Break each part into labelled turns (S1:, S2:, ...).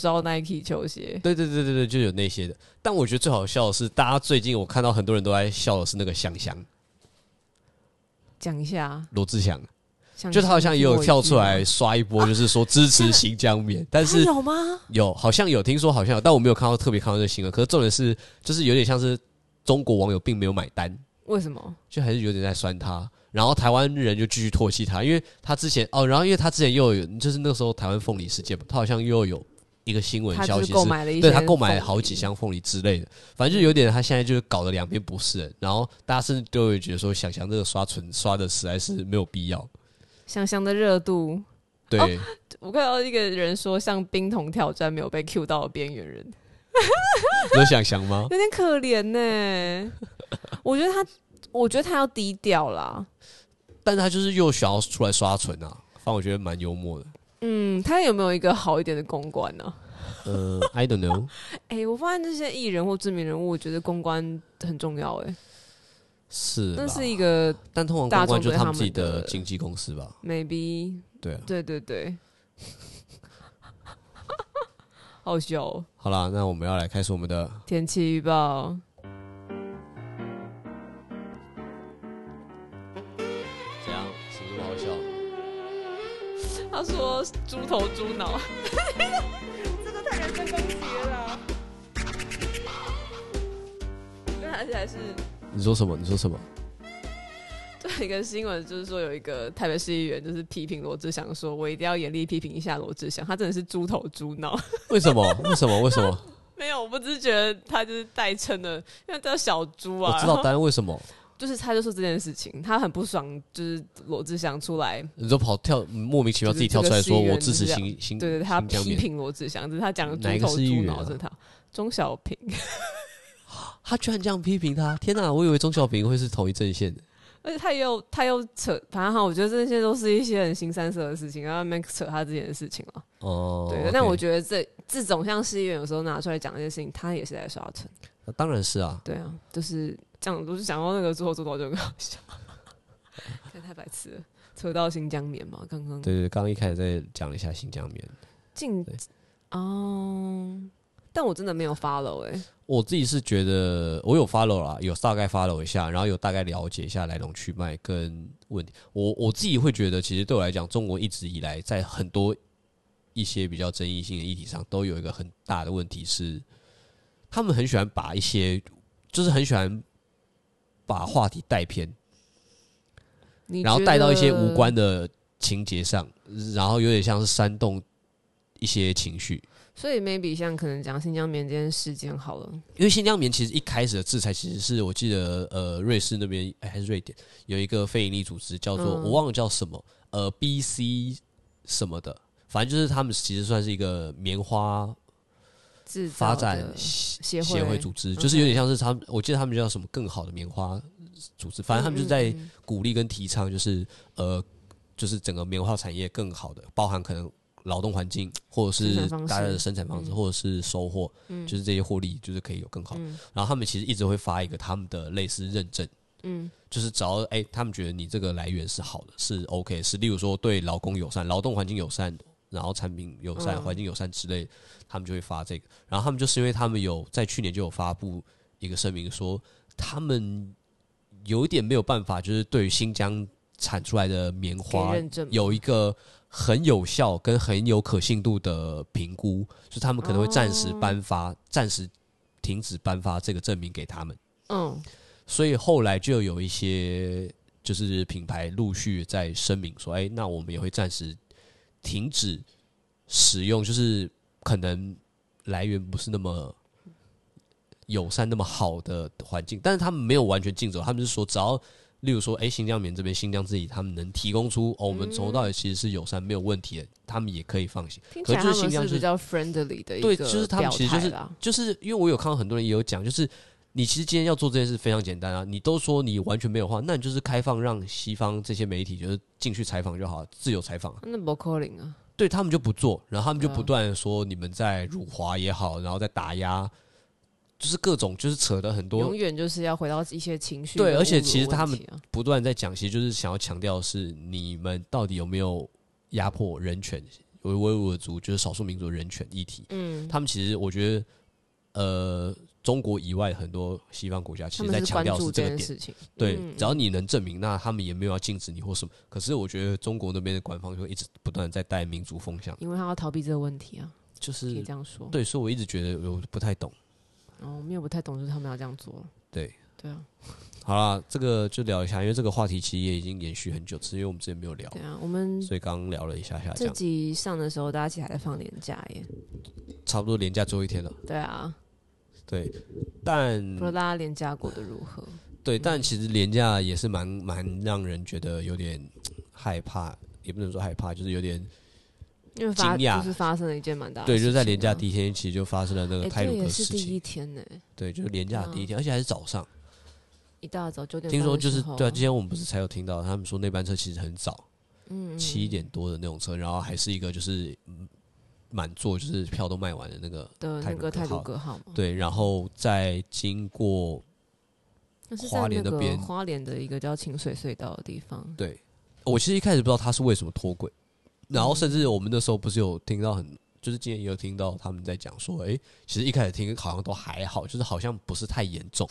S1: 烧 Nike 球鞋，
S2: 对对对对对，就有那些的。但我觉得最好笑的是，大家最近我看到很多人都在笑的是那个香香
S1: 讲一下，
S2: 罗志祥，
S1: 想
S2: 就他好像也有跳出
S1: 嗯
S2: 来
S1: 听
S2: 刷一波，就是说支持新疆棉， 但
S1: 我一句吗，
S2: 是
S1: 他有吗？
S2: 有好像有听说好像有，但我没有看到特别看到这个新闻。可是重点是，就是有点像是中国网友并没有买单，
S1: 为什么？
S2: 就还是有点在酸他。然后台湾人就继续唾弃他，因为他之前哦，然后因为他之前又有就是那时候台湾凤梨事件嘛，他好像又有一个新闻
S1: 他就
S2: 消息
S1: 是
S2: 是
S1: 购买了一些，
S2: 对他购买了好几。箱凤梨之类的，反正就有点他现在就是搞得两边不是人，然后大家甚至都会觉得说，想想这个刷存刷的实在是没有必要。
S1: 香香的热度，
S2: 对，
S1: 哦 我看到一个人说像冰桶挑战没有被 Q 到的边缘人，
S2: 有想想吗？
S1: 有点可怜呢、 我觉得他，我觉得他要低调啦。
S2: 但他就是又想要出来刷存啊，反正我觉得蛮幽默的。
S1: 嗯，他有没有一个好一点的公关呢、
S2: 呃，I don't know，
S1: 哎、我发现这些艺人或知名人物，我觉得公关很重要、哎，
S2: 是
S1: 那
S2: 啦，
S1: 是一个
S2: 但通常
S1: 大众
S2: 公关就是
S1: 对
S2: 他
S1: 他
S2: 们自己
S1: 们的
S2: 的经纪公司吧？
S1: maybe，
S2: 对啊。
S1: 对对对， 好笑、哦。
S2: 好啦，那我们要来开始我们的
S1: 天气预报，
S2: 怎样？是不是好笑？
S1: 他说猪头猪脑， 这个太人身攻击了啦。对，而且还是
S2: 你说什么？你说什么？
S1: 对一个新闻，就是说有一个台北市议员就是批评罗志祥说，我一定要严厉批评一下罗志祥，他真的是猪头猪脑。
S2: 为什么？为什么？为什么？
S1: 没有，我不是觉得他就是代称的，因为叫小猪啊。
S2: 我知
S1: 然
S2: 道
S1: 后
S2: 答案为什么。
S1: 就是他就说这件事情，他很不爽，就是罗志祥出来，
S2: 你说跑跳嗯莫名其妙自己跳出来说我支持新新
S1: 对对，他
S2: 新疆
S1: 批
S2: 棉，
S1: 评罗志祥，只是他讲的
S2: 哪一
S1: 猪
S2: 个
S1: 头
S2: 市议
S1: 猪
S2: 员
S1: 脑
S2: 啊
S1: 这套。钟小平，
S2: 他居然这样批评他！天哪，我以为钟小平会是同一阵线的。
S1: 而且他又他又扯，反正哈，我觉得这些都是一些很新三色的事情，然后没扯他之前的事情了。
S2: 哦，
S1: 对，
S2: OK
S1: 但我觉得这这种像市议员有时候拿出来讲这些事情，他也是在刷存。
S2: 那当然是啊，
S1: 对啊，就是这样，我就想到那个猪头猪脑就很好笑， 看太白痴了。扯到新疆棉嘛，刚刚
S2: 对对，对刚刚一开始在讲了一下新疆棉，
S1: 近
S2: 对
S1: 哦，但我真的没有 follow 哎、
S2: 我自己是觉得我有 follow 啦，有大概 follow 一下，然后有大概了解一下来龙去脉跟问题。我我自己会觉得，其实对我来讲，中国一直以来在很多一些比较争议性的议题上，都有一个很大的问题是，他们很喜欢把一些，就是很喜欢把话题带偏，
S1: 你
S2: 然后
S1: 觉
S2: 带到一些
S1: 得
S2: 无关的情节上，然后有点像是煽动一些情绪。
S1: 所以 maybe 像可能讲新疆棉这件事件好了，
S2: 因为新疆棉其实一开始的制裁，其实是我记得呃，瑞士那边、哎还是瑞典有一个非营利组织叫做、
S1: 嗯
S2: 我忘了叫什么呃 BC 什么的，反正就是他们其实算是一个棉花
S1: 制造
S2: 发展
S1: 的
S2: 协
S1: 协会嗯
S2: 会组织，就是有点像是他们，我记得他们叫什么更好的棉花组织，反正他们就是在
S1: 嗯嗯
S2: 鼓励跟提倡，就是呃，就是整个棉花产业更好的，包含可能劳动环境，或者
S1: 生
S2: 是
S1: 产方
S2: 大家的
S1: 式
S2: 生产方式，
S1: 嗯
S2: 或者是收获，
S1: 嗯
S2: 就是这些获利，就是可以有更好。
S1: 嗯
S2: 然后他们其实一直会发一个他们的类似认证，
S1: 嗯
S2: 就是只要哎、他们觉得你这个来源是好的，是 OK，是例如说对劳工友善、劳动环境友善，然后产品友善、
S1: 嗯
S2: 环境友善之类，他们就会发这个。然后他们就是因为他们有在去年就有发布一个声明说，他们有一点没有办法，就是对于新疆产出来的棉
S1: 给
S2: 花
S1: 认证嘛
S2: 有一个很有效跟很有可信度的评估，就是他们可能会暂时
S1: 哦
S2: 颁发、暂时停止颁发这个证明给他们。
S1: 嗯
S2: 所以后来就有一些就是品牌陆续在声明说，哎、那我们也会暂时停止使用，就是可能来源不是那么友善、那么好的环境，但是他们没有完全禁止哦，他们是说只要。例如说，哎、新疆棉这边，新疆自己他们能提供出，哦，我们从头到尾其实是友善，没有问题的，他们也可以放心。
S1: 听起
S2: 可
S1: 来
S2: 是
S1: 他
S2: 就是新
S1: 们
S2: 疆
S1: 是
S2: 就是
S1: 比较 friendly 的一
S2: 对
S1: 个
S2: 就是他们
S1: 表
S2: 其实就
S1: 态
S2: 是
S1: 啦
S2: 就是因为我有看到很多人也有讲，就是你其实今天要做这件事非常简单啊，你都说你完全没有话，那你就是开放让西方这些媒体就是进去采访就好，自由采访啊，
S1: 那不可能啊，
S2: 对他们就不做，然后他们就
S1: 对啊
S2: 不断地说你们在辱华也好，然后在打压，就是各种就是扯的很多
S1: 永，远就是要回到一些情绪
S2: 对
S1: 跟
S2: 而且
S1: 侮辱
S2: 其实
S1: 的
S2: 他
S1: 问
S2: 们
S1: 题啊
S2: 不断在讲，其实就是想要强调的是你们到底有没有压迫人权维吾尔族就是少数民族的人权议题，
S1: 嗯，
S2: 他们其实我觉得，呃，中国以外很多西方国家
S1: 他
S2: 其实在
S1: 们是
S2: 强
S1: 关
S2: 调
S1: 注这
S2: 这
S1: 件
S2: 个点，
S1: 事情，
S2: 对，
S1: 嗯
S2: 只要你能证明，那他们也没有要禁止你或什么。可是我觉得中国那边的官方就一直不断地在带民族风向，
S1: 因为他要逃避这个问题啊，
S2: 就
S1: 可以
S2: 是
S1: 这样说。
S2: 对，所以我一直觉得我不太懂。
S1: 然后我们也不太懂，就是他们要这样做了。
S2: 对，
S1: 对啊，
S2: 好啦，这个就聊一下，因为这个话题其实也已经延续很久，只是因为我们之前没有聊，
S1: 对啊，我们
S2: 所以刚刚聊了一下下，这
S1: 这
S2: 样
S1: 集上的时候，大家其实还在放年假耶。
S2: 差不多连假最后一天了。
S1: 对啊，
S2: 对，但
S1: 不知道大家年假过得如何？嗯
S2: 对，但其实廉价也是蛮蛮让人觉得有点害怕，也不能说害怕，就是有点
S1: 因为发
S2: 惊讶
S1: 就是发生了一件蛮大的
S2: 对，
S1: 事
S2: 就是在
S1: 情
S2: 廉价
S1: 啊
S2: 第一天，其实就发生了那个
S1: 哎，
S2: 泰
S1: 对，
S2: 鲁
S1: 也
S2: 格
S1: 是
S2: 事
S1: 第
S2: 情
S1: 一，天呢，
S2: 对，就是廉价的第一天，而且还是早上。
S1: 一大早九点半
S2: 听
S1: 的时
S2: 说
S1: 候。
S2: 就是对啊，今天我们不是才有听到他们说那班车其实很早，
S1: 嗯，嗯
S2: 七点多的那种车，然后还是一个就是嗯满座，就是票都卖完的那个。
S1: 的那个
S2: 泰
S1: 泰
S2: 鲁
S1: 鲁
S2: 格
S1: 格号嘛，
S2: 对，然后再经过
S1: 那是
S2: 花
S1: 在
S2: 莲
S1: 那
S2: 那边
S1: 个花莲的一个叫清水隧道的地方。
S2: 对，我其实一开始不知道他是为什么脱轨，然后甚至我们那时候不是有听到很，就是今天也有听到他们在讲说，诶，其实一开始听好像都还好，就是好像不是太严重，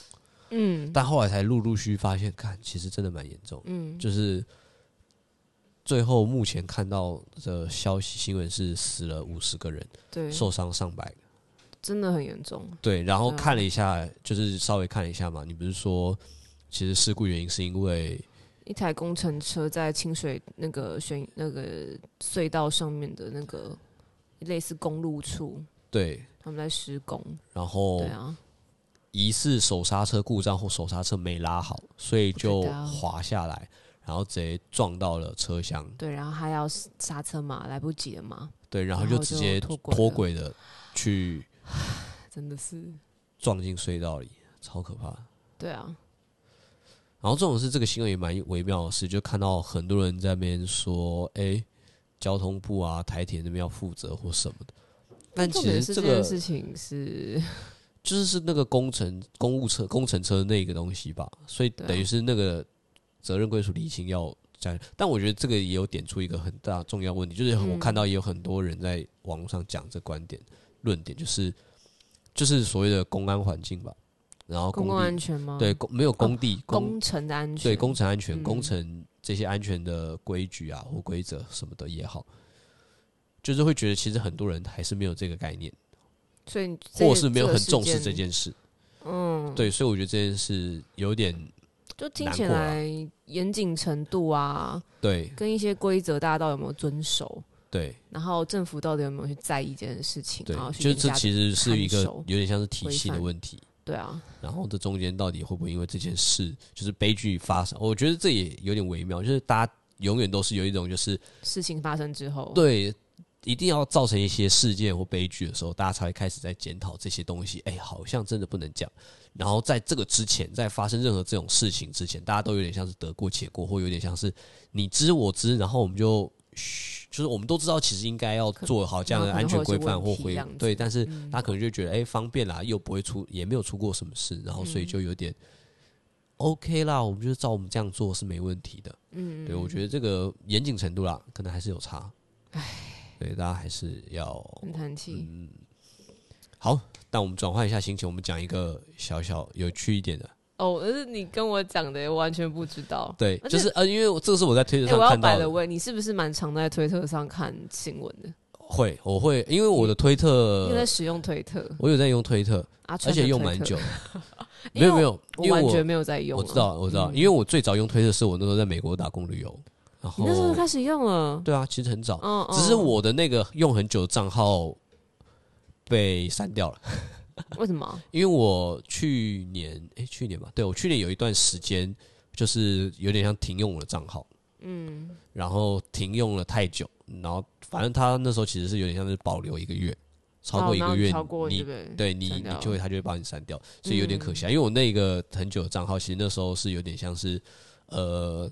S1: 嗯
S2: 但后来才陆陆续续发现，看其实真的蛮严重的，
S1: 嗯，
S2: 就是最后目前看到的消息新闻是死了五十个人，
S1: 对，
S2: 受伤上百个。
S1: 真的很严重。
S2: 对，然后
S1: 对啊
S2: 看了一下，就是稍微看了一下嘛，你不是说其实事故原因是因为
S1: 一台工程车在清水那个悬那个隧道上面的那个类似公路处，
S2: 对，
S1: 他们在施工。
S2: 然后
S1: 对啊，
S2: 疑似手刹车故障或手刹车没拉好，所以就
S1: 不知道
S2: 滑下来，然后直接撞到了车厢，
S1: 对，然后还要刹车嘛，来不及了嘛，
S2: 对，然后
S1: 然
S2: 就
S1: 后
S2: 直
S1: 就
S2: 接
S1: 脱轨
S2: 脱
S1: 了
S2: 轨的去
S1: 真的是。
S2: 撞进隧道里，超可怕。
S1: 对啊，
S2: 然后这种事，这个新闻也蛮微妙的是，就看到很多人在那边说，哎、交通部啊、台铁那边要负责或什么的。但
S1: 重
S2: 其
S1: 点
S2: 实
S1: 是
S2: 这
S1: 这
S2: 个
S1: 件事情是
S2: 就是是那个工程公务车工程车那个东西吧，所以
S1: 对啊
S2: 等于是那个责任归属厘清要讲。但我觉得这个也有点出一个很大重要问题，就是
S1: 嗯
S2: 我看到也有很多人在网络上讲这观点论点，就是就是所谓的公安环境吧，然后
S1: 公
S2: 哦工
S1: 共安
S2: 地
S1: 全吗？
S2: 对，工没有工地
S1: 工程的安全。
S2: 对工程安全、
S1: 嗯
S2: 工程这些安全的规矩啊或规则什么的也好，就是会觉得其实很多人还是没有这个概念，
S1: 所以这
S2: 或是没有很重视
S1: 这
S2: 这
S1: 件。
S2: 件事。
S1: 嗯，
S2: 对，所以我觉得这件事有点
S1: 就听
S2: 难
S1: 起
S2: 过啊
S1: 来严谨程度啊，
S2: 对
S1: 跟一些规则大家到底有没有遵守，
S2: 对
S1: 然后政府到底有没有去在意这件事情，
S2: 对
S1: 然后，去
S2: 就是
S1: 严
S2: 这
S1: 加
S2: 其实是一个
S1: 看守
S2: 有点像是体
S1: 规
S2: 系的
S1: 范
S2: 问题。
S1: 对啊，
S2: 然后这中间到底会不会因为这件事就是悲剧发生？我觉得这也有点微妙，就是大家永远都是有一种就是
S1: 事情发生之后，
S2: 对，一定要造成一些事件或悲剧的时候，大家才会开始在检讨这些东西。哎，好像真的不能讲。然后在这个之前，在发生任何这种事情之前，大家都有点像是得过且过，或有点像是你知我知，然后我们就嘘，就是我们都知道其实应该要
S1: 嗯
S2: 做好这样的
S1: 然后
S2: 安
S1: 可
S2: 全
S1: 能会
S2: 规
S1: 有
S2: 范
S1: 些
S2: 或
S1: 问题
S2: 回
S1: 这样子
S2: 对，但是
S1: 嗯
S2: 大家可能就觉得哎、方便啦，又不会出，也没有出过什么事，然后所
S1: 嗯
S2: 以就有点。OK 啦，我们就是照我们这样做是没问题的。
S1: 嗯，
S2: 对，我觉得这个严谨程度啦，可能还是有差。对，大家还是要
S1: 很叹气，
S2: 嗯好。但我们转换一下心情，我们讲一个小小有趣一点的。
S1: 哦，可是你跟我讲的，我完全不知道。
S2: 对，
S1: 而
S2: 就
S1: 且
S2: 是呃，因为我这个是我在推特
S1: 哎、
S2: 上
S1: 我要
S2: 看
S1: 摆
S2: 到
S1: 了
S2: 的，
S1: 位，你是不是蛮常在推特上看新闻的？
S2: 会我会因为我的推
S1: 因
S2: 特
S1: 为，在使用推特
S2: 我有在用推特，
S1: 啊，
S2: 呃而
S1: 川
S2: 且
S1: 的
S2: 用
S1: 推
S2: 蛮
S1: 特
S2: 久，的。
S1: 因
S2: 没有
S1: 为
S2: 没有，
S1: 我
S2: 因为
S1: 完
S2: 我
S1: 全没有在用、嗯
S2: 我知，道我知道，因为我最早用推特是我那时候在美国打工旅游，然
S1: 你那时候
S2: 后
S1: 开始用了，
S2: 哦对啊，其实很早，
S1: 嗯，
S2: 只是
S1: 嗯
S2: 我的那个用很久的账号被删掉了。
S1: 为什么？
S2: 因为我去年，诶，去年吧，对我去年有一段时间，就是有点像停用我的账号，
S1: 嗯，
S2: 然后停用了太久，然后反正他那时候其实是有点像是保留一个月，超
S1: 哦
S2: 过一
S1: 然
S2: 个
S1: 后
S2: 月，
S1: 超过对
S2: 你
S1: 不对？
S2: 对你
S1: 删
S2: 你
S1: 掉
S2: 就会
S1: 了嗯
S2: 他就会帮你删掉，所以有点可惜啊。因为我那个很久的账号，其实那时候是有点像是呃，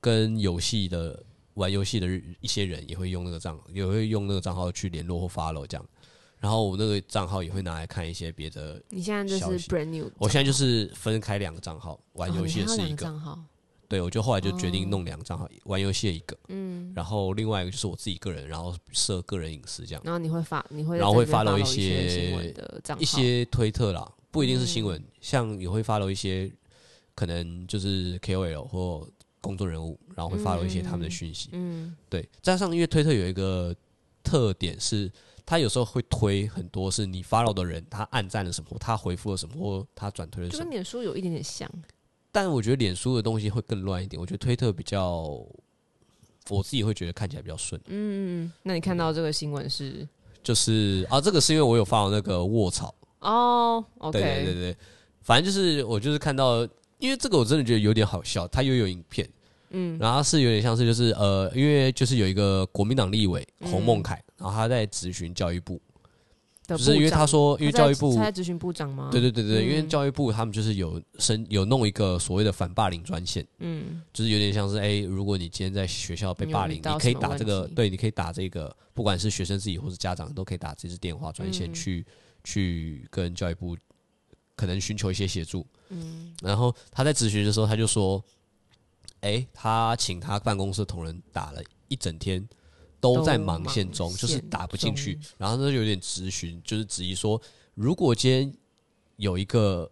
S2: 跟游戏的玩游戏的日一些人也会用那个账，也会用那个账号去联络或 follow 这样。然后我那个账号也会拿来看一些别的。
S1: 你现在就
S2: 消
S1: 是
S2: 息
S1: brand new，
S2: 我现在就是分开两个账号，玩
S1: 哦
S2: 游
S1: 你
S2: 戏的
S1: 还有
S2: 是
S1: 两
S2: 一
S1: 个
S2: 个，
S1: 账号，哦
S2: 对，我就后来就决定弄两张，玩游戏的一个，
S1: 嗯，
S2: 然后另外一个就是我自己个人，然后设个人隐私这样，
S1: 然后你会发，你会
S2: 然后会
S1: 在这边
S2: follow
S1: follow
S2: 一
S1: 些
S2: 些
S1: 新闻的账号，
S2: 一些推特啦，不一定是新闻，像也会发了一些可能就是 KOL 或公众人物，然后会发了一些他们的讯息。
S1: 嗯
S2: 对，加上因为推特有一个特点是，它有时候会推很多是你 follow 的人，他按赞了什么，他回复了什么，或他转推了
S1: 就
S2: 什
S1: 跟
S2: 么。
S1: 脸书有一点点像，
S2: 但我觉得脸书的东西会更乱一点，我觉得推特比较，我自己会觉得看起来比较顺。
S1: 嗯，那你看到这个新闻是
S2: 就是啊，这个是因为我有 follow 那个卧槽，
S1: 哦，OK，
S2: 对对对对，反正就是我就是看到，因为这个我真的觉得有点好笑，他又有影片，嗯，然后它是有点像是就是呃，因为就是有一个国民党立委
S1: 嗯
S2: 洪孟凯，然后他在咨询教育部，
S1: 的
S2: 就是因为
S1: 呃部长
S2: 他说，因为教育部
S1: 他在执行部长吗？
S2: 对对对对，
S1: 嗯
S2: 因为教育部他们就是有申有弄一个所谓的反霸凌专线，
S1: 嗯，
S2: 就是有点像是哎、如果你今天在学校被霸凌，
S1: 你有遇到
S2: 你可以
S1: 什么
S2: 打这个
S1: 问，题
S2: 对，你可以打这个，不管是学生自己或是家长，都可以打这支电话专线
S1: 嗯
S2: 去、去跟教育部可能寻求一些协助。嗯，然后他在咨询的时候，他就说，哎、他请他办公室的同仁打了一整天。都在
S1: 都
S2: 忙
S1: 忙
S2: 线中，就是
S1: 线
S2: 打不进去
S1: 中，
S2: 然后他就有点质询，就是质疑说，如果今天有一个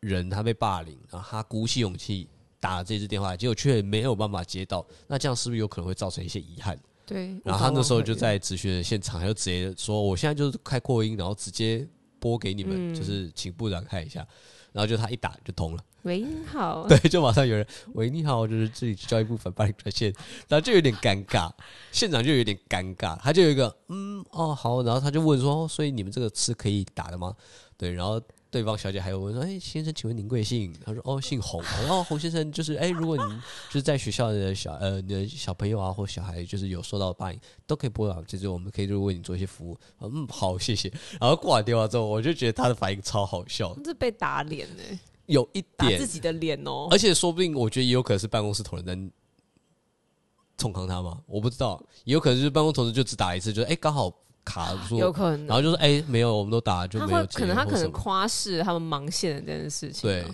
S2: 人他被霸凌，然后他鼓起勇气打了这支电话，结果却没有办法接到，那这样是不是有可能会造成一些遗憾？
S1: 对。
S2: 然后他那时候就在咨询的现场，他就直接说：“我现在就是开扩音，然后直接拨给你们，就是请部长看一下。”然后就他一打就通了，
S1: 喂，你 好，
S2: 对，就马上有人喂你好，就是哦这里教育部反霸凌专线，然后就有点尴尬，现场就有点尴尬，他就有一个嗯哦好，然后他就问说、哦所以你们这个是可以打的吗？对，然后对方小姐还有问说，哎先生，请问您贵姓？他说哦姓洪，然后洪先生就是哎如果您就是在学校的小呃你的小朋友啊或小孩就是有受到霸凌，都可以拨打，就是我们可以就为你做一些服务。嗯好谢谢，然后挂掉了之后，我就觉得他的反应超好笑，
S1: 这被打脸呢、
S2: 有一
S1: 打
S2: 点
S1: 自己的脸哦、
S2: 而且说不定，我觉得也有可能是办公室同仁在冲康他嘛，我不知道，也有可能就是办公同事就只打一次，就是哎刚、好卡住，
S1: 啊有可
S2: 然
S1: 能。
S2: 后就是哎、没有，我们都打就
S1: 他
S2: 没有
S1: 会
S2: 结
S1: 可能他
S2: 或
S1: 可
S2: 什
S1: 能
S2: 么
S1: 夸饰他们盲线的这件事情
S2: 对
S1: 啊、，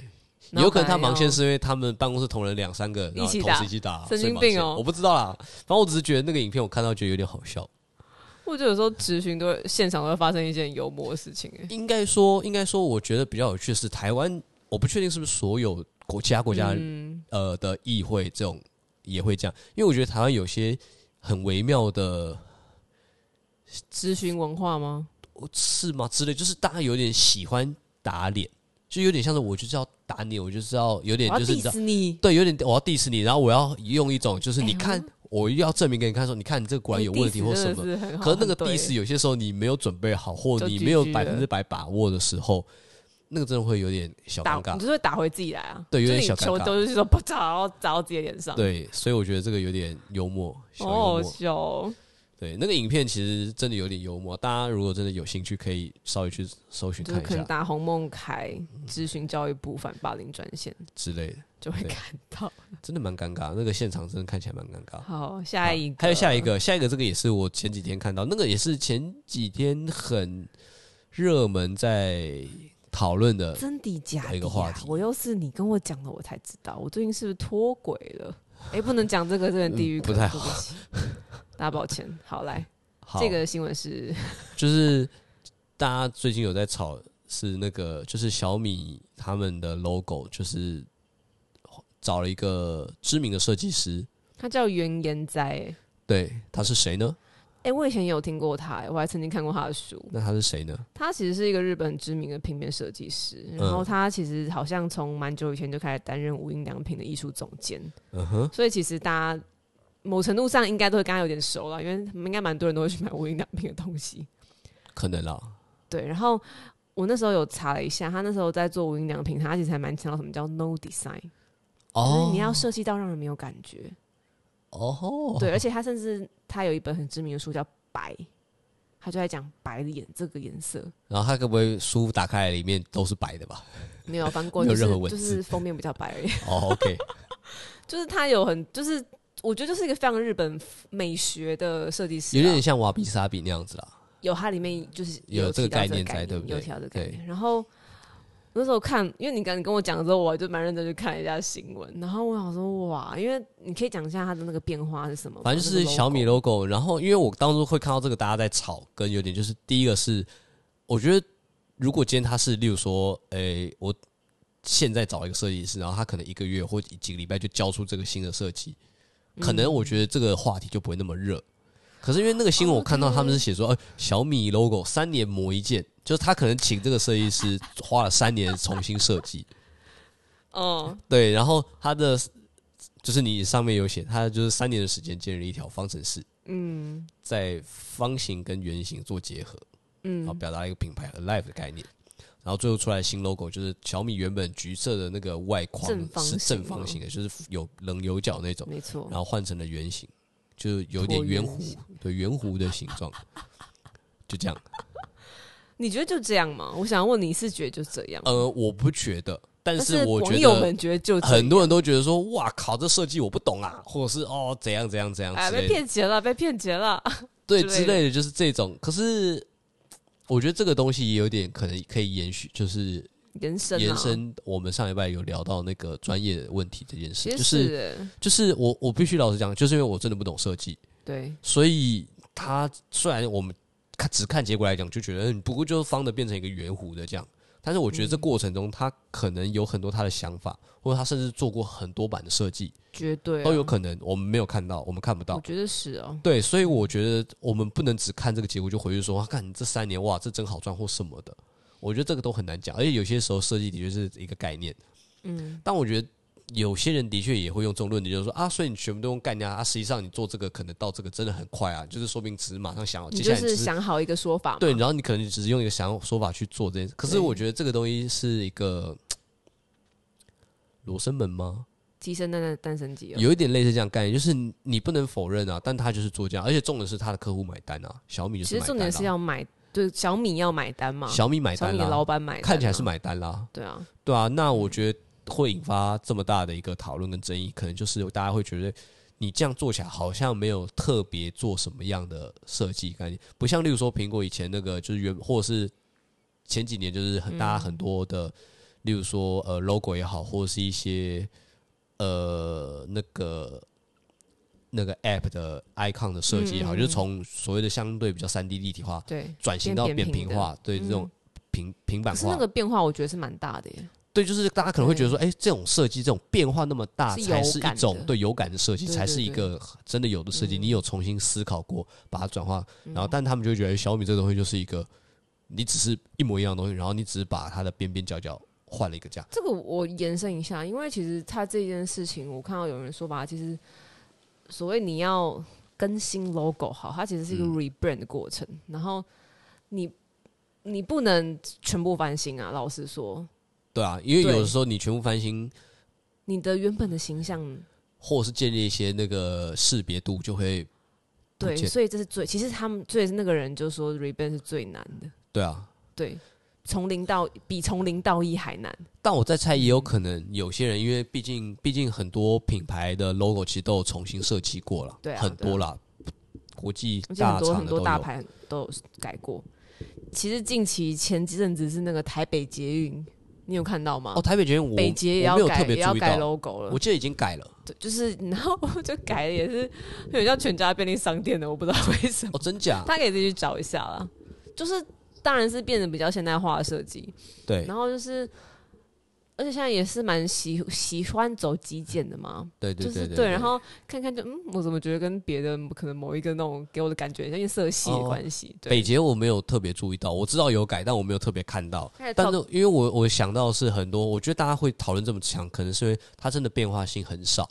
S1: 然后哦
S2: 有可能他
S1: 本来
S2: 盲
S1: 要
S2: 线是因为他们办公室同仁两三个然后
S1: 一起
S2: 同时
S1: 打
S2: 一起打，
S1: 神
S2: 所以
S1: 经
S2: 盲
S1: 病
S2: 线
S1: 哦
S2: 我不知道啦，反正我只是觉得那个影片我看到觉得有点好笑。
S1: 我觉得有时候执行都会现场都会发生一件幽默的事 情、欸，
S2: 应该说，应该说，我觉得比较有趣的是台湾，我不确定是不是所有国其他国家、
S1: 嗯
S2: 呃的议会这种也会这样，因为我觉得台湾有些很微妙的
S1: 咨询文化吗？
S2: 是吗之类，就是大家有点喜欢打脸，就有点像是我就是要打你，我就是要有点
S1: 我要
S2: 就是你知道
S1: diss 你，
S2: 对，有点我要 diss 你，然后我要用一种就是
S1: 哎
S2: 你看、我要证明给你看说，你看你这个果然有问题或什么，
S1: 么
S2: 可是那个 diss 有些时候你没有准备好，或
S1: 哦就
S2: 你
S1: GG
S2: 没有百分之百把握的时候，那个真的会有点小
S1: 打
S2: 尴尬
S1: 你。就是会打回自己来啊，
S2: 对有
S1: 就是
S2: 点
S1: 你
S2: 小尴
S1: 球
S2: 尬
S1: 都是说不砸，然后砸到自己的脸上，，
S2: 对，所以我觉得这个有点幽默，小
S1: 好好
S2: 幽默。
S1: 笑哦、
S2: 对，那个影片其实真的有点幽默，大家如果真的有兴趣，可以稍微去搜寻
S1: 就是
S2: 看一
S1: 可能
S2: 下
S1: 打洪孟凯咨询教育部反霸凌专线
S2: 之类的，
S1: 就会
S2: 对
S1: 看到。
S2: 真的蛮尴尬。那个现场真的看起来蛮尴尬。
S1: 好，下一个、
S2: 还有下一个，下一个这个也是我前几天看到，那个也是前几天很热门在讨论的，
S1: 真的假的、
S2: 一个话题
S1: 我又是你跟我讲了，我才知道。我最近是不是脱轨了？ 哎、不能讲这个，这个地狱
S2: 嗯
S1: 梗、
S2: 不太
S1: 对 不起，大家抱歉。好，来，
S2: 好
S1: 这个新闻是
S2: 就是大家最近有在吵，是那个就是小米他们的 logo，就是找了一个知名的设计师，
S1: 他叫袁言哉、欸。
S2: 对，他是谁呢？
S1: 哎、我以前也有听过他、欸，我还曾经看过他的书。
S2: 那他是谁呢？
S1: 他其实是一个日本知名的平面设计师，
S2: 嗯
S1: 然后他其实好像从蛮久以前就开始担任无印良品的艺术总监，
S2: 嗯哼，
S1: 所以其实大家某程度上应该都会跟他有点熟了，因为应该蛮多人都会去买无印良品的东西。
S2: 可能啦，
S1: 对，然后我那时候有查了一下，他那时候在做无印良品，他其实还蛮强调什么叫 no design，、就是
S2: 哦
S1: 你要设计到让人没有感觉。
S2: 哦，
S1: 对，而且他甚至他有一本很知名的书叫《白》，他就在讲白的颜这个颜色，
S2: 然后他该不会书打开来里面都是白的吧？
S1: 没有翻过，
S2: 没有
S1: 就是
S2: 任何文
S1: 就
S2: 字
S1: 是封面比较白而已。
S2: 哦，OK，
S1: 就是他有很就是。我觉得就是一个非常日本美学的设计师啊、
S2: 有点像瓦比萨比那样子啦。
S1: 有它里面就是
S2: 有
S1: 有
S2: 这个
S1: 提到
S2: 概念在
S1: 概
S2: 对不对
S1: 有提到这个概
S2: 对
S1: 念。然后那时候看，因为你刚跟我讲之后，我就蛮认真去看了一下新闻，然后我想说哇，因为你可以讲一下它的那个变化是什么吗？
S2: 反正就是
S1: 那个
S2: 小米
S1: logo
S2: logo。然后，因为我当初会看到这个，大家在吵，跟有点就是第一个是，我觉得如果今天他是，例如说，诶、我现在找一个设计师，然后他可能一个月或几个礼拜就交出这个新的设计，可能我觉得这个话题就不会那么热。可是因为那个新闻，
S1: 哦
S2: 我看到他们是写说，呃，小米 logo 三年磨一剑，就是他可能请这个设计师花了三年重新设计，
S1: 哦，
S2: 对，然后它的就是你上面有写，它就是三年的时间建立一条方程式，
S1: 嗯
S2: 在方形跟圆形做结合，然后
S1: 嗯，
S2: 表达一个品牌 alive 的概念。然后最后出来的新 logo 就是小米原本橘色的那个外框
S1: 正方
S2: 是正
S1: 形
S2: 方
S1: 吗
S2: 形的，就是有棱有角那种，
S1: 没错
S2: 然，后换成了圆形，就是有点
S1: 椭
S2: 圆
S1: 圆
S2: 弧
S1: 形，
S2: 对圆弧的形 状，就这样。
S1: 你觉得就这样吗？我想问你是觉得就这样，
S2: 呃，我不觉得，但
S1: 但
S2: 是我觉
S1: 网
S2: 得
S1: 友们觉得就这样
S2: 很多人都觉得说，哇靠，这设计我不懂啊，或者是哦怎样怎样怎样
S1: 哎嗯
S2: 之
S1: 被
S2: 类的，
S1: 骗钱了，被骗钱了，
S2: 对
S1: 之类
S2: 之类的，就是这种。可是我觉得这个东西也有点可能可以延续，就是
S1: 延伸啊
S2: 延，伸我们上礼拜有聊到那个专业的问题这件事，
S1: 其
S2: 就
S1: 实
S2: 是
S1: 欸
S2: 就是我我必须老实讲，就是因为我真的不懂设计，
S1: 对，
S2: 所以它虽然我们看只看结果来讲就觉得，嗯，不过就是方的变成一个圆弧的这样。但是我觉得这
S1: 嗯
S2: 过程中，他可能有很多他的想法，或者他甚至做过很多版的设计，
S1: 绝对啊
S2: 都有可能，我们没有看到，我们看不到
S1: 我。觉得是哦，
S2: 对，所以我觉得我们不能只看这个结果就回去说，啊看你这三年哇，这真好赚或什么的。我觉得这个都很难讲，而且有些时候设计的确是一个概念，
S1: 嗯，
S2: 但我觉得有些人的确也会用这种论点，就是说啊，所以你全部都用干呀，啊，实际上你做这个可能到这个真的很快啊，就是说明只是马上想好，
S1: 你
S2: 接下
S1: 就
S2: 来你只
S1: 是
S2: 是
S1: 想好一个说法嘛，
S2: 对，然后你可能只是用一个想说法去做这件事。可是
S1: 对
S2: 我觉得这个东西是一个罗生门吗？
S1: 鸡生蛋蛋蛋生鸡哦，
S2: 有一点类似这样概念，就是你不能否认啊，但他就是做这样，而且重点是他的客户买单啊，小米就是
S1: 其
S2: 买
S1: 实
S2: 单、啊、
S1: 重点是要买，对，小米要买单嘛，
S2: 小米买
S1: 小
S2: 单
S1: 米的
S2: 啦、
S1: 老板买单啊，
S2: 看起来是买单啦，
S1: 对啊，
S2: 对啊，那我觉得会引发这么大的一个讨论跟争议，可能就是大家会觉得你这样做起来好像没有特别做什么样的设计概念，不像例如说苹果以前那个就是原或者是前几年就是很
S1: 嗯
S2: 大家很多的，例如说呃 logo 也好，或者是一些呃那个。那个 app 的 icon 的设计也好，
S1: 嗯嗯
S2: 就是从所谓的相对比较三 D 立体化
S1: 对，
S2: 转型到
S1: 变
S2: 扁
S1: 扁平
S2: 平
S1: 的嗯
S2: 化，对这种平平板
S1: 可是
S2: 化。
S1: 那个变化我觉得是蛮大的耶，
S2: 对，就是大家可能会觉得说，哎、这种设计这种变化那么大，
S1: 是有
S2: 才是一
S1: 感
S2: 种
S1: 的
S2: 对有感的设计，
S1: 对
S2: 才
S1: 对
S2: 是一
S1: 对
S2: 个真的有的设计。
S1: 嗯
S2: 你有重新思考过，把它转化，然后但他们就会觉得小米这个东西就是一个，你只是一模一样的东西，然后你只是把它的边边角角换了一个价。
S1: 这个我延伸一下，因为其实它这件事情，我看到有人说吧，其实所谓你要更新 logo 好，它其实是一个
S2: 嗯
S1: rebrand 的过程，然后你你不能全部翻新啊，老实说，
S2: 对啊，因为有
S1: 对
S2: 的时候你全部翻新，
S1: 你的原本的形象，
S2: 或是建立一些那个识别度，就会不
S1: 对，
S2: 见
S1: 所以这是最，其实他们最那个人就说 rebrand 是最难的，
S2: 对啊。
S1: 对，从零到比从零到一还难，
S2: 但我在猜，也
S1: 嗯
S2: 有可能有些人，因为毕竟毕竟很多品牌的 logo 其实都有重新设计过了，
S1: 对啊
S2: 很多啦，国际
S1: 而且
S2: 大
S1: 很多
S2: 厂
S1: 很
S2: 的
S1: 多
S2: 都有。
S1: 大牌都有改过。其实近期前几阵子是那个台北捷运，你有看到吗？
S2: 哦，台北捷运我
S1: 北捷也
S2: 我
S1: 要
S2: 没有
S1: 改
S2: 特别
S1: 也要
S2: 注意
S1: 改
S2: 到，
S1: logo 了
S2: 我，记得已经改了。
S1: 对，就是然后我就改了，也是有点像全家便利商店的，我不知道为什么，
S2: 哦，真假？
S1: 大家可以自己去找一下啦。就是当然是变得比较现代化的设计，
S2: 对
S1: 然后就是。而且现在也是蛮喜喜欢走极简的嘛，
S2: 对对
S1: 就是
S2: 对
S1: 对，然后看看就嗯，我怎么觉得跟别的可能某一个那种给我的感觉，因为色系的
S2: 哦
S1: 关系，
S2: 北
S1: 对，
S2: 捷我没有特别注意到，我知道有改，但我没有特别看到。
S1: 开始
S2: 但
S1: 跳
S2: 是因为我我想到的是很多，我觉得大家会讨论这么强，可能是因为它真的变化性很少，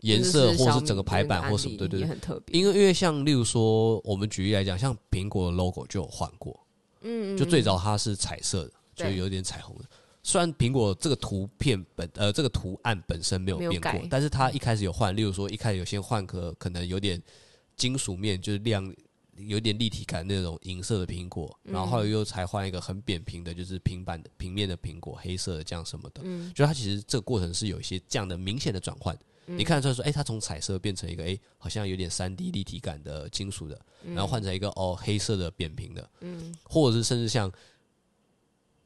S2: 颜色或是整个排版或什么，对对
S1: 也
S2: 对。
S1: 很特别。
S2: 呃因为因为像例如说，我们举例来讲，像苹果的 logo 就有换过，
S1: 嗯，
S2: 就最早它是彩色的，就
S1: 对
S2: 有点彩虹的。虽然苹果这个图片本呃这个图案本身没有
S1: 没有
S2: 变过
S1: 改，
S2: 但是它一开始有换，例如说一开始有先换个可能有点金属面，就是亮有点立体感那种银色的苹果，然
S1: 嗯
S2: 后后来又才换一个很扁平的，就是平板的平面的苹果，黑色的这样什么的。
S1: 嗯
S2: 就它其实这个过程是有一些这样的明显的转换。
S1: 嗯
S2: 你看得出来说，哎、它从彩色变成一个哎、好像有点三 D 立体感的金属
S1: 嗯
S2: 的，然后换成一个哦黑色的扁平的，嗯，或者是甚至像，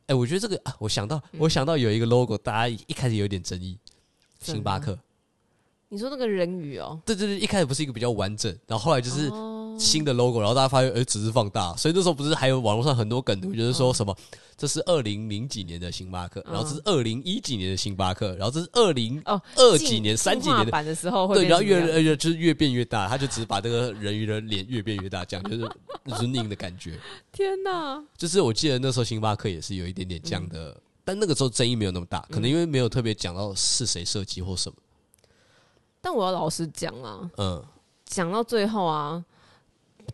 S2: 哎、我觉得这个啊，我想到、
S1: 嗯
S2: 我想到有一个 logo，大家一开始有点争议，
S1: 真的
S2: 星巴克。
S1: 你说那个人鱼哦，
S2: 对对对，一开始不是一个比较完整，然后后来就是
S1: 哦
S2: 新的 logo，然后大家发现，哎、只是放大，所以那时候不是还有网络上很多梗图，就是
S1: 嗯
S2: 说什么、这是二零零几年的星巴克，然后这是二零一几年的星巴克，然后这是二零
S1: 哦
S2: 二
S1: 进
S2: 几年、三几
S1: 进化
S2: 年的，
S1: 版的时候会
S2: 对，
S1: 变
S2: 然后
S1: 成
S2: 越
S1: 这样
S2: 越就是越变越大，他就只是把这个人鱼的脸越变越大，这样就是 running 的感觉。
S1: 天哪，
S2: 就是我记得那时候星巴克也是有一点点这样的，
S1: 嗯
S2: 但那个时候争议没有那么大，可能因为没有特别讲到是谁设计或什么，
S1: 但我要老实讲啊，
S2: 嗯，
S1: 讲到最后啊，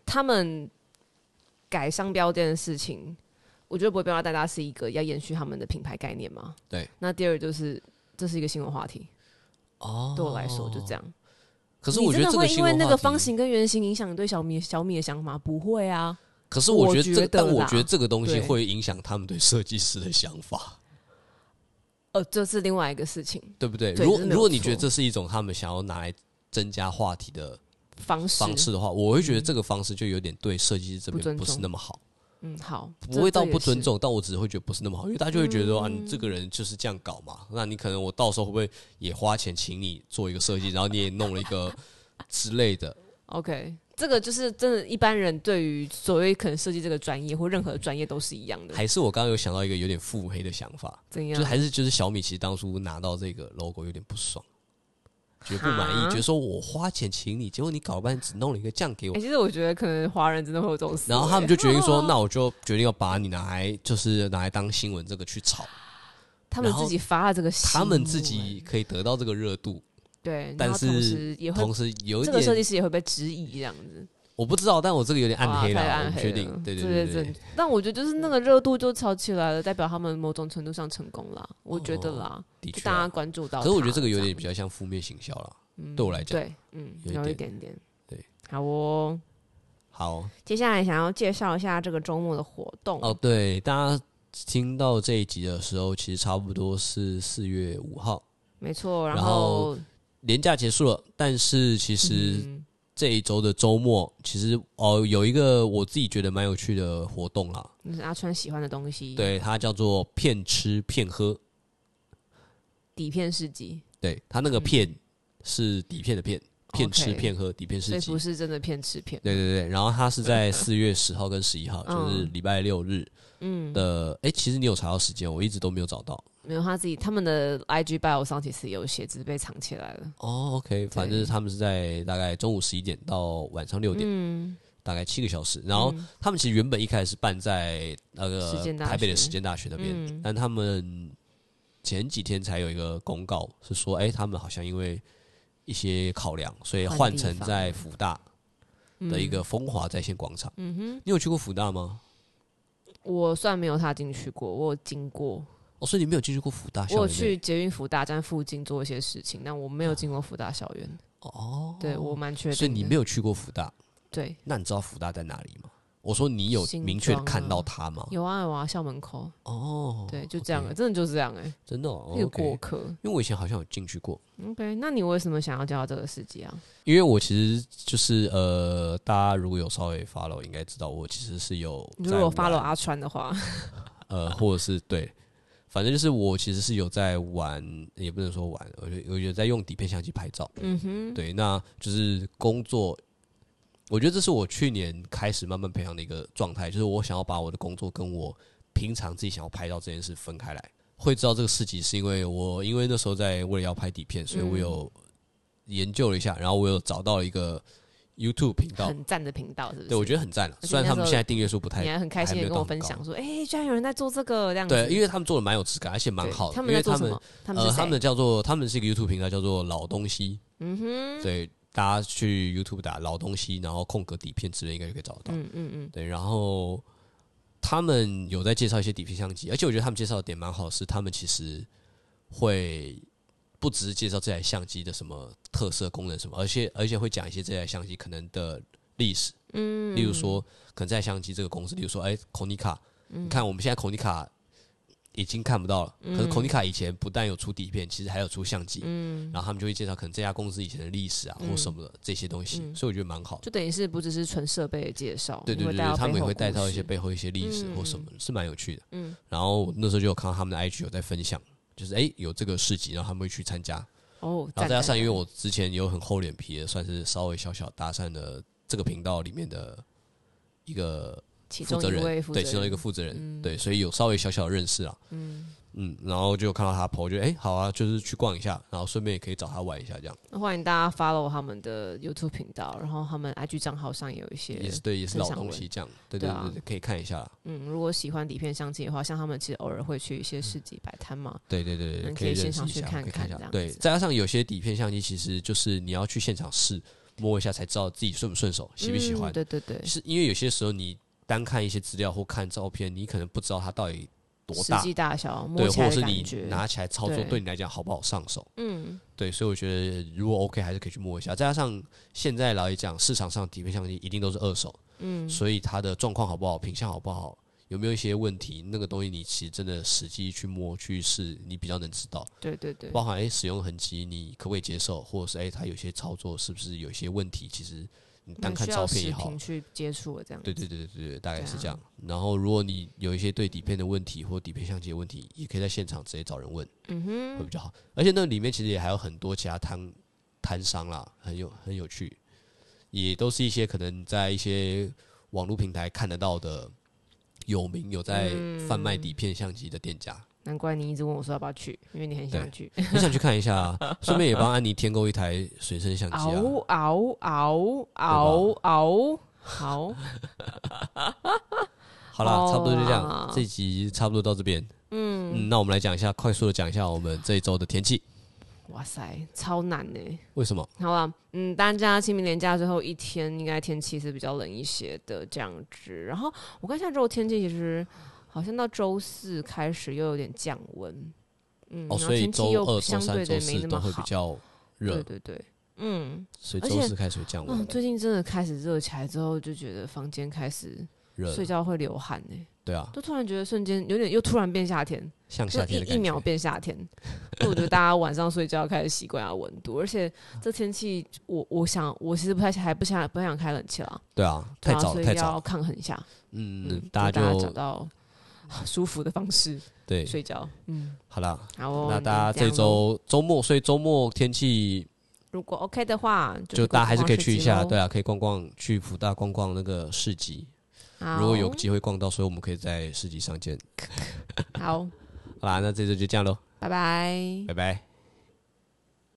S1: 他们改商标这件事情，我觉得不会变化，大家是一个要延续他们的品牌概念嘛。
S2: 对。
S1: 那第二就是这是一个新闻话题，
S2: 哦
S1: 对我来说就这样。可
S2: 可是我觉得
S1: 真
S2: 这
S1: 的
S2: 个
S1: 会因
S2: 新
S1: 为
S2: 闻
S1: 那
S2: 话
S1: 个
S2: 题
S1: 方，形跟圆形影响你对小米小米的想法？不会啊，
S2: 可是我觉
S1: 我
S2: 得
S1: 觉
S2: 这个，但
S1: 得
S2: 我
S1: 啦
S2: 觉得这个东西
S1: 对
S2: 会影响他们对设计师的想法，
S1: 呃，这是另外一个事情
S2: 对不对？
S1: 对
S2: 如果
S1: 这没有
S2: 如果你
S1: 错
S2: 觉得这是一种他们想要拿来增加话题的
S1: 方式。
S2: 方式的话，我会觉得这个方式就有点对设计师这
S1: 嗯不
S2: 边
S1: 尊
S2: 不是
S1: 重
S2: 那么好。
S1: 嗯，好，
S2: 不会到不尊
S1: 重。
S2: 重，但我只是会觉得不是那么好，因为大家就会觉得说、啊，
S1: 嗯
S2: 你这个人就是这样搞嘛。那你可能我到时候会不会也花钱请你做一个设计，然后你也弄了一个 之类的？
S1: OK，这个就是真的，一般人对于所谓可能设计这个专业或任何专业都是一样的。
S2: 还是我刚刚有想到一个有点腹黑的想法，
S1: 怎
S2: 就
S1: 样？
S2: 是还是就是小米其实当初拿到这个 logo 有点不爽，觉得不满意，
S1: 哈
S2: 觉得说我花钱请你，结果你搞半天只弄了一个这样给我
S1: 哎、，其哦实我觉得可能华人真的会有这种思维。
S2: 然后他们就决定说，那我就决定要把你拿来就是拿来当新闻这个去炒，
S1: 他们自己发了这个新闻，
S2: 他们自己可以得到这个热度，
S1: 对，
S2: 但
S1: 然后
S2: 是
S1: 同时也哦会
S2: 同时有一
S1: 这个设
S2: 点
S1: 计师也会被质疑这样子，
S2: 我不知道，但我这个有点暗黑
S1: 哇太
S2: 了，我
S1: 暗
S2: 不
S1: 黑
S2: 确
S1: 了
S2: 定。对对
S1: 这
S2: 对
S1: 是
S2: 对
S1: 真，但我觉得就是那个热度就炒起来了，代表他们某种程度上成功了，我觉得啦，
S2: 的
S1: 就
S2: 确
S1: 大家
S2: 啊。
S1: 关注到
S2: 可
S1: 他。
S2: 是我觉得这个有
S1: 样
S2: 点比较像负面行销了，对我来讲。
S1: 对，嗯，
S2: 有一
S1: 有一
S2: 点
S1: 点点，
S2: 对，
S1: 好哦。
S2: 好
S1: 接下来想要介绍一下这个周末的活动
S2: 哦，对，大家听到这一集的时候，其实差不多是四月五号，
S1: 没错，然
S2: 然
S1: 后
S2: 后年假结束了。但是其实
S1: 嗯
S2: 这一周的周末，其实哦有一个我自己觉得蛮有趣的活动啦，
S1: 那嗯是阿川喜欢的东西，，
S2: 对，它叫做“骗吃骗喝
S1: 底片市集，”，
S2: 对，它那个“骗”是底片的“骗”，骗吃
S1: 嗯 OK
S2: 骗喝，底片
S1: 所
S2: 是
S1: 以
S2: 集
S1: 不是真的骗吃骗，
S2: 对对对，然后它是在四月十号跟十一号，就是
S1: 嗯
S2: 礼拜六日
S1: 嗯，
S2: 的。哎、其实你有查到时间，我一直都没有找到。
S1: 没有他自己他们的 IG bio 上其实也有写，只是被藏起来了，
S2: 哦，OK，反正他们是在大概中午十一点到晚上六点，
S1: 嗯，
S2: 大概七个小时。然后他们其实原本一开始是办在那
S1: 实
S2: 个
S1: 践大学
S2: 台北的实践大学那边，
S1: 嗯
S2: 但他们前几天才有一个公告，是说，哎、他们好像因为一些考量，所以
S1: 换
S2: 换
S1: 地
S2: 成
S1: 方嗯
S2: 在福大的一个风华在线广场。嗯哼，你有去过福大吗？
S1: 我虽然没有踏进去过，我有经过，
S2: 哦，所以你没有进去过福大校
S1: 我有
S2: 园内？
S1: 去捷运福大站附近做一些事情，但我没有进过福大校园，
S2: 哦，
S1: 对我蛮确定的，
S2: 所以你没有去过福大，
S1: 对，
S2: 那你知道福大在哪里吗？我说你有
S1: 新
S2: 明确地
S1: 庄
S2: 看
S1: 啊
S2: 到它吗？
S1: 有啊有啊，校门口，
S2: 哦，
S1: 对，就这样啊了，真的就是这样哎，
S2: 真的哦
S1: 一个过
S2: OK
S1: 客
S2: 因为我以前好像有进去过，
S1: ，OK，那你为什么想要介绍这个市集啊？
S2: 因为我其实就是呃，大家如果有稍微 follow，应该知道我其实是有
S1: 如
S2: 在
S1: 果我
S2: 玩
S1: follow 阿川的话，
S2: 呃，或者是对，反正就是我其实是有在玩，也不能说玩，我就我有在用底片相机拍照。
S1: 嗯哼，
S2: 对，那就是工作。我觉得这是我去年开始慢慢培养的一个状态，就是我想要把我的工作跟我平常自己想要拍照这件事分开来。会知道这个事情，是因为我因为那时候在为了要拍底片，所以我有
S1: 嗯
S2: 研究了一下，然后我有找到一个 YouTube 频道，
S1: 很赞的频道，是不是？
S2: 对我觉得很赞了。
S1: 而且
S2: 虽然他们
S1: 那时候
S2: 现在订阅数不太
S1: 你，还很开心
S2: 还没
S1: 的
S2: 有
S1: 跟我
S2: 到
S1: 分
S2: 很高
S1: 享说，哎、居然有人在做这个这样子。
S2: 对，因为他们做的蛮有质感，而且蛮
S1: 嗯对
S2: 好的。
S1: 他
S2: 因
S1: 们在
S2: 为
S1: 做
S2: 他
S1: 什
S2: 们
S1: 么？他们
S2: 呃，
S1: 是谁？
S2: 他们的叫做他们是一个 YouTube 频道，叫做老东西。
S1: 嗯哼，
S2: 对，大家去 YouTube 打老东西，然后空格底片之类，应该就可以找得到。
S1: 嗯嗯嗯，
S2: 对，然后他们有在介绍一些底片相机，而且我觉得他们介绍的点蛮好的，是他们其实会不只是介绍这台相机的什么特色功能什么，而且而且会讲一些这台相机可能的历史，嗯，
S1: 嗯
S2: 例如说可能这台相机这个公司，例如说哎，孔尼卡，你看我们现在孔尼卡。已经看不到了。可是 Konica 以前不但有出底片，其实还有出相机，嗯，然后他们就会介绍可能这家公司以前的历史啊、或什么的这些东西，所以我觉得蛮好的。
S1: 嗯就等于是不只是纯设备的介绍，
S2: 对对
S1: 你会
S2: 对
S1: 带
S2: 对，
S1: 到
S2: 他们也
S1: 背后
S2: 会带
S1: 故
S2: 到一
S1: 事嗯
S2: 些背后一些历史或什么，是蛮有趣的。嗯，然后我那时候就有看到他们的 IG 有在分享，就是哎、诶有这个市集，然后他们会去参加。
S1: 哦，
S2: 然后再
S1: 赞
S2: 加
S1: 赞
S2: 上，啊因为我之前有很厚脸皮的，算是稍微小小搭讪的这个频道里面的一个
S1: 其
S2: 负
S1: 中
S2: 责
S1: 一位
S2: 人，
S1: 负责
S2: 对，
S1: 人，嗯
S2: 其中一个负责人，对，所以有稍微小小的认识啊。嗯然后就看到他 PO，就哎、诶好啊，就是去逛一下，然后顺便也可以找他玩一下，这样
S1: 那欢迎大家 follow 他们的 YouTube 频道，然后他们 IG 账号上也有一些
S2: 也是对，也是
S1: 分
S2: 老
S1: 享
S2: 东
S1: 文
S2: 西这样，对
S1: 对
S2: 对
S1: 啊
S2: 对，对可以看一下啦，
S1: 嗯，如果喜欢底片相机的话，像他们其实偶尔会去一些市集摆摊嘛，
S2: 对对对
S1: 嗯
S2: 对，
S1: 可以
S2: 认
S1: 现
S2: 识
S1: 场
S2: 一
S1: 去
S2: 下，
S1: 看
S2: 可以看
S1: 看
S2: 一
S1: 这
S2: 下，
S1: 样
S2: 对，
S1: 子
S2: 再加上有些底片相机，其实就是你要去现场试摸一下，才知道自己顺不顺手，喜不喜欢
S1: 嗯。对对对，
S2: 是因为有些时候你单看一些资料或看照片，你可能不知道它到底多
S1: 实
S2: 大，
S1: 际大小，摸
S2: 对，
S1: 起
S2: 或
S1: 来
S2: 者
S1: 的
S2: 是
S1: 感
S2: 你
S1: 觉，
S2: 拿起来操作
S1: 对
S2: 对你来讲好不好上手。
S1: 嗯，
S2: 对，所以我觉得如果 OK 还是可以去摸一下。再加上现在来讲，市场上底片相机一定都是二手，嗯，所以它的状况好不好，品相好不好，有没有一些问题，那个东西你其实真的实际去摸去试，你比较能知道。
S1: 对对对，
S2: 包含诶、使用痕迹你可不可以接受，或者是诶、哎它有些操作是不是有些问题，其实你单
S1: 蛮
S2: 看
S1: 需
S2: 照
S1: 要
S2: 片
S1: 视
S2: 也好
S1: 频，去接触的这样子，
S2: 对对对对对，大概
S1: 对
S2: 是这
S1: 啊
S2: 样。然后，如果你有一些对底片的问题或底片相机的问题，也可以在现场直接找人问，嗯哼，会比较好。而且那里面其实也还有很多其他摊摊商啦，很有很有趣，也都是一些可能在一些网络平台看得到的有名有在
S1: 嗯
S2: 贩卖底片相机的店家，
S1: 难怪你一直问我说要不要去，因为你很想去，
S2: 我想去看一下、啊，顺便也帮安妮添购一台随身相机啊。
S1: 嗷 嗷嗷嗷嗷，好，
S2: 好啦，
S1: 哦
S2: 差不多就这样
S1: 啊，
S2: 这集差不多到这边。嗯那我们来讲一下，快速的讲一下我们这一周的天气。
S1: 哇塞，超难呢、
S2: 为什么？
S1: 好了，嗯，大家清明年假最后一天，应该天气是比较冷一些的这样子。然后我看一下之后天气，其实好像到周四开始又有点降温，嗯，然
S2: 哦，
S1: 后
S2: 所以
S1: 天
S2: 周
S1: 气又
S2: 二、周
S1: 相
S2: 三、
S1: 对
S2: 周
S1: 的没
S2: 四
S1: 那
S2: 都
S1: 么
S2: 会比
S1: 好，
S2: 较热
S1: 对，对对，嗯，
S2: 所以
S1: 而
S2: 周
S1: 且
S2: 四开始会降
S1: 嗯，
S2: 温，
S1: 最近真的开始热起来之后，就觉得房间开始
S2: 热
S1: 睡
S2: 了。
S1: 觉会流汗呢、
S2: 对啊，
S1: 就突然觉得瞬间有点又突然变夏天，
S2: 像
S1: 就
S2: 夏天的
S1: 一一
S2: 感
S1: 秒
S2: 觉。
S1: 变夏天。 所以我觉得大家晚上睡觉开始习惯要温度，而且
S2: 嗯
S1: 这天气，我我想我其实不太还不想不太想开冷气了，
S2: 对啊，
S1: 对
S2: 太
S1: 啊，
S2: 早
S1: 所
S2: 了，
S1: 以
S2: 太早
S1: 要
S2: 了。
S1: 抗衡一下。
S2: 嗯
S1: 嗯，，
S2: 大
S1: 就
S2: 家
S1: 找
S2: 就嗯
S1: 到舒服的方式
S2: 对，
S1: 睡觉。嗯，
S2: 好啦。
S1: 好哦。
S2: 那大家
S1: 样
S2: 这
S1: 咯
S2: 周周末，所以周末天气
S1: 如果 OK 的话，
S2: 就大家还是可以去一下，对
S1: 啊。
S2: 啊，可以逛逛，去福大逛逛那个市集。
S1: 好
S2: 如果有机会逛到，所以我们可以在市集上见。
S1: 好，
S2: 好啦，那这周就这样喽，
S1: 拜拜。
S2: 拜拜。